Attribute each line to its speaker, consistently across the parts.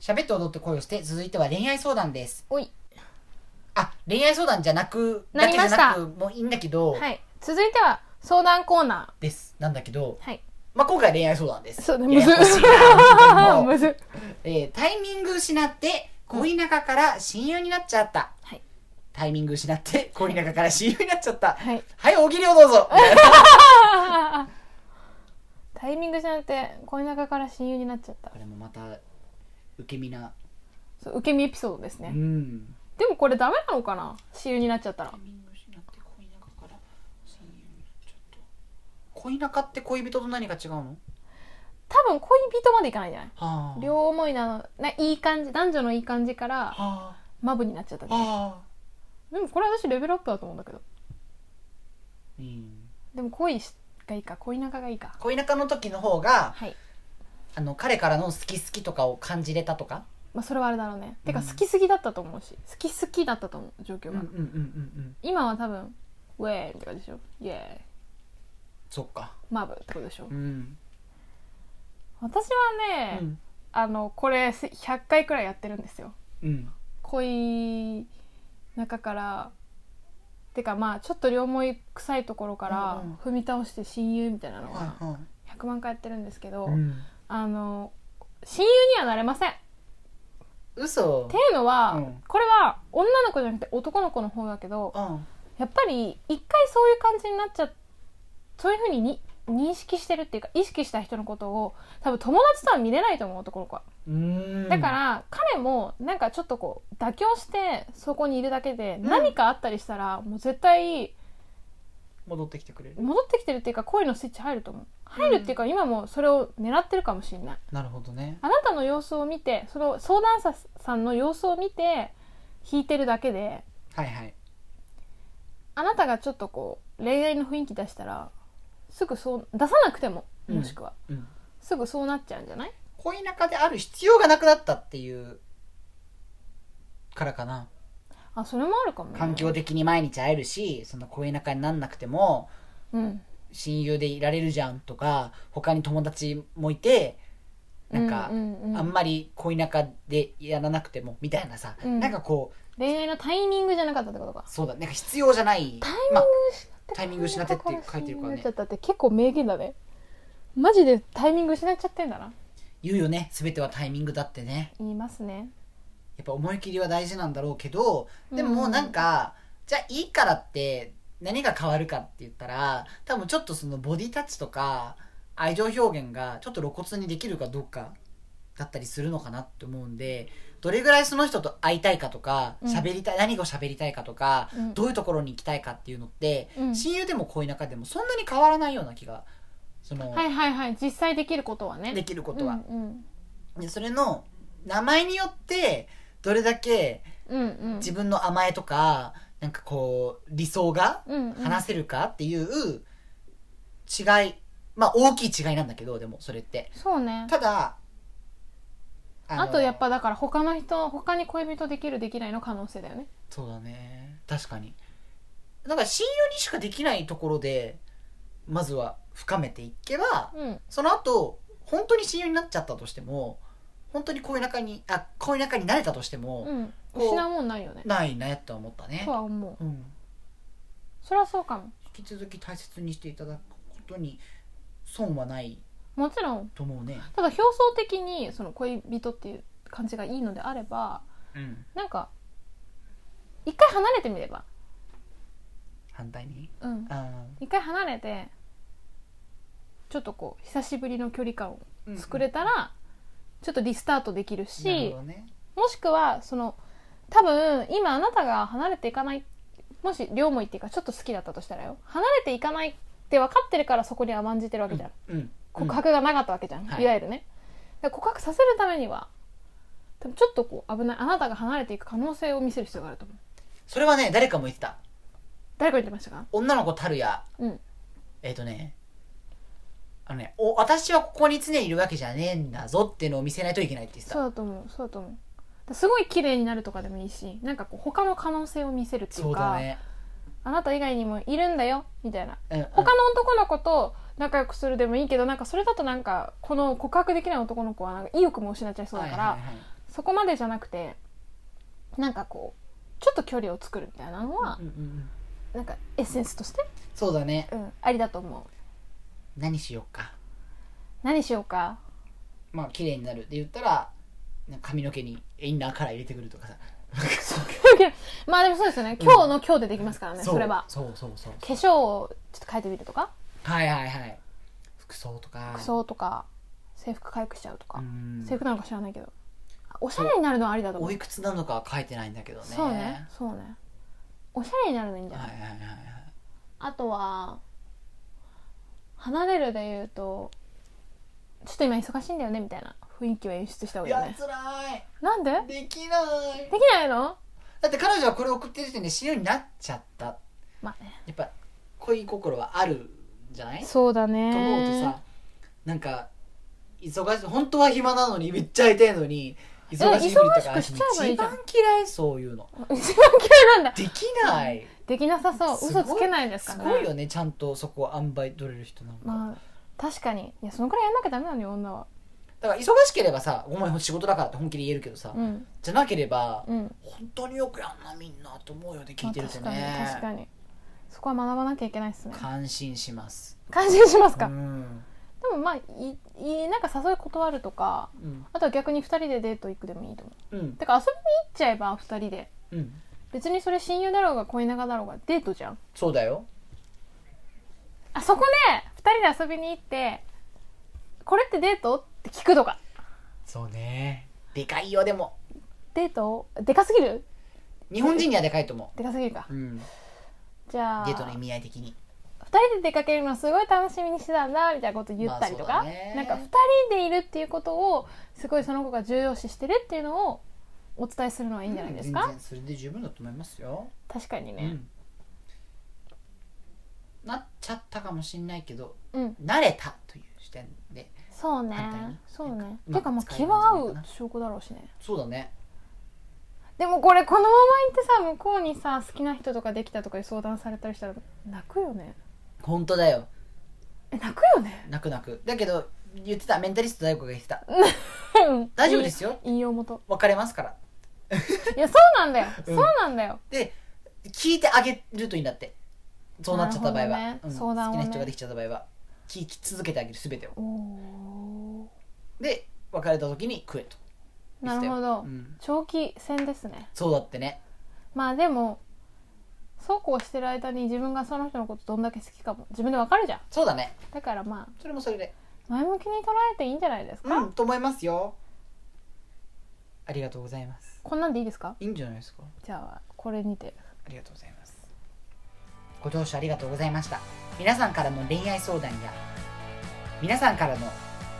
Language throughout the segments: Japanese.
Speaker 1: 喋って踊って恋をして、続いては恋愛相談です。
Speaker 2: おい。
Speaker 1: あ、恋愛相談じゃなく、
Speaker 2: な
Speaker 1: だ
Speaker 2: り
Speaker 1: けじゃ
Speaker 2: ました
Speaker 1: なく、もういいんだけど、
Speaker 2: はい。続いては、相談コーナ
Speaker 1: です。なんだけど、
Speaker 2: ー。はい。
Speaker 1: まあ、今回恋愛相談です。
Speaker 2: そうね、
Speaker 1: や
Speaker 2: むず
Speaker 1: やこしいなもう
Speaker 2: むず
Speaker 1: えータイミング失って恋仲から親友になっちゃった、
Speaker 2: はい
Speaker 1: タイミング失って恋仲から親友になっちゃったはい、
Speaker 2: はい。
Speaker 1: 大喜利をどう ぞ
Speaker 2: タイミングじゃなくて、恋仲から親友になっちゃった
Speaker 1: こ。れもまた受け身な、
Speaker 2: そう受け身エピソードです
Speaker 1: う
Speaker 2: ね。
Speaker 1: ん
Speaker 2: でもこれダメなのかな親友になっちゃったら。
Speaker 1: ミング失って恋仲から親友になっちゃった恋仲って恋人と何か違うのは
Speaker 2: 多分恋人までいかないんじゃない
Speaker 1: あは
Speaker 2: 両思いなの、ないい感じ、男女のいい感じから、
Speaker 1: あ
Speaker 2: マブになっちゃった。で
Speaker 1: はあ
Speaker 2: もこれ私レベルアップだと思うんだけど。
Speaker 1: うん
Speaker 2: でも恋しがいいか、恋仲がいいか。
Speaker 1: 恋仲の時の方が
Speaker 2: はい。
Speaker 1: あの彼からの好き好きとかを感じれたとか
Speaker 2: まあそれはあれだろうね。てか
Speaker 1: うん
Speaker 2: 好きすぎだったと思うし、好き好きだったと思う、状況が。
Speaker 1: うん
Speaker 2: 今は多分、ウェーイって感じでしょイェーイ。
Speaker 1: そっか
Speaker 2: マブってことでしょ、
Speaker 1: うん、
Speaker 2: 私
Speaker 1: う
Speaker 2: はね、
Speaker 1: ん
Speaker 2: あの、これせ100回くらいやってるんですよ。
Speaker 1: うん
Speaker 2: 恋中から、てかまあちょっと両思い臭いところから
Speaker 1: うんうん
Speaker 2: 踏み倒して親友みたいなのが
Speaker 1: はいはい
Speaker 2: 100万回やってるんですけど、
Speaker 1: うん、
Speaker 2: あの、親友にはなれません。
Speaker 1: 嘘
Speaker 2: っていうのは、
Speaker 1: うん
Speaker 2: これは女の子じゃなくて男の子の方だけど
Speaker 1: うん
Speaker 2: やっぱり一回そういう感じになっちゃそういうふうにに認識してるっていうか意識した人のことを多分友達とは見れないと思う男の子は
Speaker 1: うん
Speaker 2: だから、彼もなんかちょっとこう妥協してそこにいるだけで、
Speaker 1: うん
Speaker 2: 何かあったりしたらもう絶対
Speaker 1: 戻ってきてくれる
Speaker 2: 戻ってきてるっていうか恋のスイッチ入ると思う入るっていうか、今もそれを狙ってるかもしれない
Speaker 1: なるほどね
Speaker 2: あなたの様子を見てその相談者さんの様子を見て弾いてるだけで
Speaker 1: はいはい
Speaker 2: あなたがちょっとこう恋愛の雰囲気出したらすぐそう出さなくても
Speaker 1: うん
Speaker 2: もしくは、
Speaker 1: うん
Speaker 2: すぐそうなっちゃうんじゃない
Speaker 1: 恋仲である必要がなくなったっていうからかな
Speaker 2: あそれもあるかもね、
Speaker 1: 環境的に毎日会えるしその恋仲になんなくても
Speaker 2: うん
Speaker 1: 親友でいられるじゃんとか他に友達もいてなんか、
Speaker 2: うううん
Speaker 1: あんまり恋仲でやらなくてもみたいなさ、
Speaker 2: うん
Speaker 1: なんかこう
Speaker 2: 恋愛のタイミングじゃなかったってことか
Speaker 1: そうだなんか必要じゃない
Speaker 2: タイ
Speaker 1: まあタ
Speaker 2: タ
Speaker 1: イミング失ってって書いてるからね
Speaker 2: なっちゃったって結構名言だねマジでタイミング失っちゃってんだな
Speaker 1: 言うよね全てはタイミングだってね
Speaker 2: 言いますね
Speaker 1: やっぱ思い切りは大事なんだろうけどでももううんなんか、じゃあいいからって何が変わるかって言ったら多分ちょっとそのボディタッチとか愛情表現がちょっと露骨にできるかどうかだったりするのかなって思うんでどれぐらいその人と会いたいかとか
Speaker 2: うん
Speaker 1: 喋りたい、何を喋りたいかとか、
Speaker 2: うん
Speaker 1: どういうところに行きたいかっていうのって、
Speaker 2: うん
Speaker 1: 親友でも恋仲でもそんなに変わらないような気がその、
Speaker 2: はいはいはい実際できることはね
Speaker 1: できることは。
Speaker 2: うん
Speaker 1: でそれの名前によってどれだけ
Speaker 2: うんうんうん
Speaker 1: 自分の甘えとかなんかこう理想が
Speaker 2: うんうん
Speaker 1: 話せるかっていう違いまあ大きい違いなんだけどでもそれって
Speaker 2: そうね
Speaker 1: ただあの
Speaker 2: あとやっぱだから他の人他に恋人できるできないの可能性だよね
Speaker 1: そうだね確かにだから親友にしかできないところでまずは深めていけば
Speaker 2: うん
Speaker 1: その後本当に親友になっちゃったとしても本当に恋仲にあ恋仲になれたとしても、
Speaker 2: うん
Speaker 1: こう
Speaker 2: 失うもんないよね
Speaker 1: ないなって思ったね
Speaker 2: と、は思う
Speaker 1: うん、
Speaker 2: そりゃそうかも
Speaker 1: 引き続き大切にしていただくことに損はない
Speaker 2: もちろん
Speaker 1: と思うね、
Speaker 2: ただ表層的にその恋人っていう感じがいいのであれば
Speaker 1: うん、
Speaker 2: なんか一回離れてみれば
Speaker 1: 反対に
Speaker 2: うん
Speaker 1: あ
Speaker 2: 一回離れてちょっとこう久しぶりの距離感を
Speaker 1: ー
Speaker 2: 作れたらちょっとリスタートできるし、
Speaker 1: なるほどね
Speaker 2: もしくはその多分今あなたが離れていかないもし両思いっていうかちょっと好きだったとしたらよ離れていかないって分かってるからそこに甘んじてるわけじゃん、
Speaker 1: うん
Speaker 2: 告白がなかったわけじゃん、
Speaker 1: はい
Speaker 2: い、わゆるねだから告白させるためには多分ちょっとこう危ないあなたが離れていく可能性を見せる必要があると思う
Speaker 1: それはね誰かも言ってた
Speaker 2: 誰か言ってましたか
Speaker 1: 女の子たるや
Speaker 2: うん
Speaker 1: えっ、とねあのねお私はここに常にいるわけじゃねえんだぞっていうのを見せないといけないって言って
Speaker 2: そ
Speaker 1: た
Speaker 2: うだと思うそうだと思うだからすごい綺麗になるとかでもいいしなんかこう他の可能性を見せるってい
Speaker 1: そううだ
Speaker 2: か
Speaker 1: ね、
Speaker 2: あなた以外にもいるんだよみたいな
Speaker 1: うんうん、
Speaker 2: 他の男の子と仲良くするでもいいけどなんかそれだとなんかこの告白できない男の子はなんか意欲も失っちゃいそうだから、
Speaker 1: はいはいはい
Speaker 2: そこまでじゃなくてなんかこうちょっと距離を作るみたいなのは
Speaker 1: うんうんうん
Speaker 2: なんかエッセンスとして、
Speaker 1: そうだね
Speaker 2: うん、ありだと思う
Speaker 1: 何しようか
Speaker 2: 何しようか
Speaker 1: まあ綺麗になるって言ったらなんか髪の毛にインナーカラー入れてくるとかさ
Speaker 2: まあでもそうですよね今日の今日でできますからね、
Speaker 1: そう
Speaker 2: それは
Speaker 1: そうそうそう
Speaker 2: 化粧をちょっと変えてみるとか
Speaker 1: はいはいはい服装とか
Speaker 2: 服装とか制服回復しちゃうと
Speaker 1: う
Speaker 2: か、
Speaker 1: ん
Speaker 2: 制服なのか知らないけどおしゃれになるのはありだと思
Speaker 1: お
Speaker 2: う
Speaker 1: いくつなのかは書いてないんだけどね
Speaker 2: そうねそうねおしゃれになるのいいんじ
Speaker 1: は
Speaker 2: ゃ
Speaker 1: い
Speaker 2: ない、
Speaker 1: はいはいはい
Speaker 2: あとは離れるで言うとちょっと今忙しいんだよねみたいな雰囲気を演出した方
Speaker 1: い
Speaker 2: が
Speaker 1: や
Speaker 2: いいよね
Speaker 1: つら
Speaker 2: なんでで
Speaker 1: いできない
Speaker 2: きないの
Speaker 1: だって彼女はこれ送ってる時点で死ぬようになっちゃったや
Speaker 2: まあね
Speaker 1: っぱ恋心はあるんじゃない
Speaker 2: そうだ
Speaker 1: と思うと
Speaker 2: ね
Speaker 1: さなんか忙しい本当は暇なのにめっちゃ会いたいのに
Speaker 2: や
Speaker 1: 忙しいふりと
Speaker 2: 忙
Speaker 1: か
Speaker 2: しくしちゃえばいい
Speaker 1: 一
Speaker 2: じゃん
Speaker 1: 番嫌いそういうの
Speaker 2: 一番嫌いなんだ
Speaker 1: できない
Speaker 2: できなさそう
Speaker 1: すごい
Speaker 2: 嘘つけないですか
Speaker 1: す
Speaker 2: らね
Speaker 1: ごいよねちゃんとそこを塩梅取れる人なんか、
Speaker 2: まあ確かにいやそのくらいやんなきゃダメなのよ女は
Speaker 1: だから忙しければさ「お前仕事だから」って本気で言えるけどさ、
Speaker 2: うん
Speaker 1: じゃなければ
Speaker 2: うん
Speaker 1: 本当によくやんなみんなと思うよね聞いてると
Speaker 2: まあ確
Speaker 1: ね、
Speaker 2: かに確かにそこは学ばなきゃいけないですね
Speaker 1: 感心します
Speaker 2: 感心しますか、
Speaker 1: うん
Speaker 2: でもまあいいなんか誘い断るとか
Speaker 1: うん
Speaker 2: あとは逆に2人でデート行くでもいいと思
Speaker 1: うん
Speaker 2: うてか遊びに行っちゃえば2人で
Speaker 1: うん
Speaker 2: 別にそれ親友だろうが恋仲だろうがデートじゃん
Speaker 1: そうだよ
Speaker 2: あそこね2人で遊びに行って「これってデート?」って聞くとか
Speaker 1: そうねでかいよでも
Speaker 2: デートでかすぎる
Speaker 1: 日本人にはでかいと思
Speaker 2: でかすぎるか
Speaker 1: う、うん、デ
Speaker 2: じゃあ
Speaker 1: ートの意味合い的に
Speaker 2: 2人で出かけるのすごい楽しみにしてたんだみたいなこと言ったりと
Speaker 1: まあ
Speaker 2: か、
Speaker 1: そうだね
Speaker 2: なんか2人でいるっていうことをすごいその子が重要視してるっていうのをお伝えするのはいいんじゃないですか、
Speaker 1: うん全然それで十分だと思いますよ、
Speaker 2: 確かに
Speaker 1: う
Speaker 2: ね
Speaker 1: んなっちゃったかもしれないけど
Speaker 2: うん、
Speaker 1: 慣れたという視点で
Speaker 2: そうね
Speaker 1: 反対に
Speaker 2: そうね
Speaker 1: うまく
Speaker 2: てかまあ
Speaker 1: 使え
Speaker 2: 気
Speaker 1: るんじゃない
Speaker 2: は
Speaker 1: かな
Speaker 2: 合う証拠だろうしね
Speaker 1: そうだね
Speaker 2: でもこれこのまま行ってさ向こうにさ好きな人とかできたとかいう相談されたりしたら泣くよね
Speaker 1: 本当だよ
Speaker 2: え泣くよね
Speaker 1: 泣く泣くだけど言ってたメンタリスト大子が言ってた
Speaker 2: うん
Speaker 1: 大丈夫ですよ
Speaker 2: 引用 元
Speaker 1: 別れますから
Speaker 2: いやそうなんだよ、
Speaker 1: うん
Speaker 2: そうなんだよ
Speaker 1: で聞いてあげるといいんだってそうなっちゃった場合は、
Speaker 2: なるほどね
Speaker 1: うん
Speaker 2: 相談をね
Speaker 1: 好きな人ができちゃった場合は聞き続けてあげる全てを
Speaker 2: おー
Speaker 1: で別れた時に食えと言
Speaker 2: な
Speaker 1: ってた
Speaker 2: る
Speaker 1: よ
Speaker 2: ほど、
Speaker 1: うん
Speaker 2: 長期戦ですね
Speaker 1: そうだってね
Speaker 2: まあでもそうこうしてる間に自分がその人のことどんだけ好きかも自分でわかるじゃん
Speaker 1: そうだね
Speaker 2: だからまあ
Speaker 1: それもそれで
Speaker 2: 前向きに捉えていいんじゃないですか、
Speaker 1: うんと思いますよありがとうございます
Speaker 2: こんなんでいいですか
Speaker 1: いいんじゃないですか
Speaker 2: じゃあこれにて
Speaker 1: ありがとうございますご聴取ありがとうございました皆さんからの恋愛相談や皆さんからの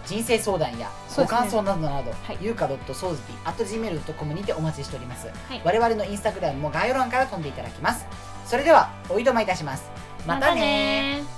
Speaker 1: 人生相談や
Speaker 2: そう
Speaker 1: ご
Speaker 2: ですね
Speaker 1: 感想などなど、
Speaker 2: はい
Speaker 1: ゆうか .souzpi.gmail.com にてお待ちしております、我々のインスタグラムも概要欄から飛んでいただきますそれではおいどまいたしますまたね
Speaker 2: またねー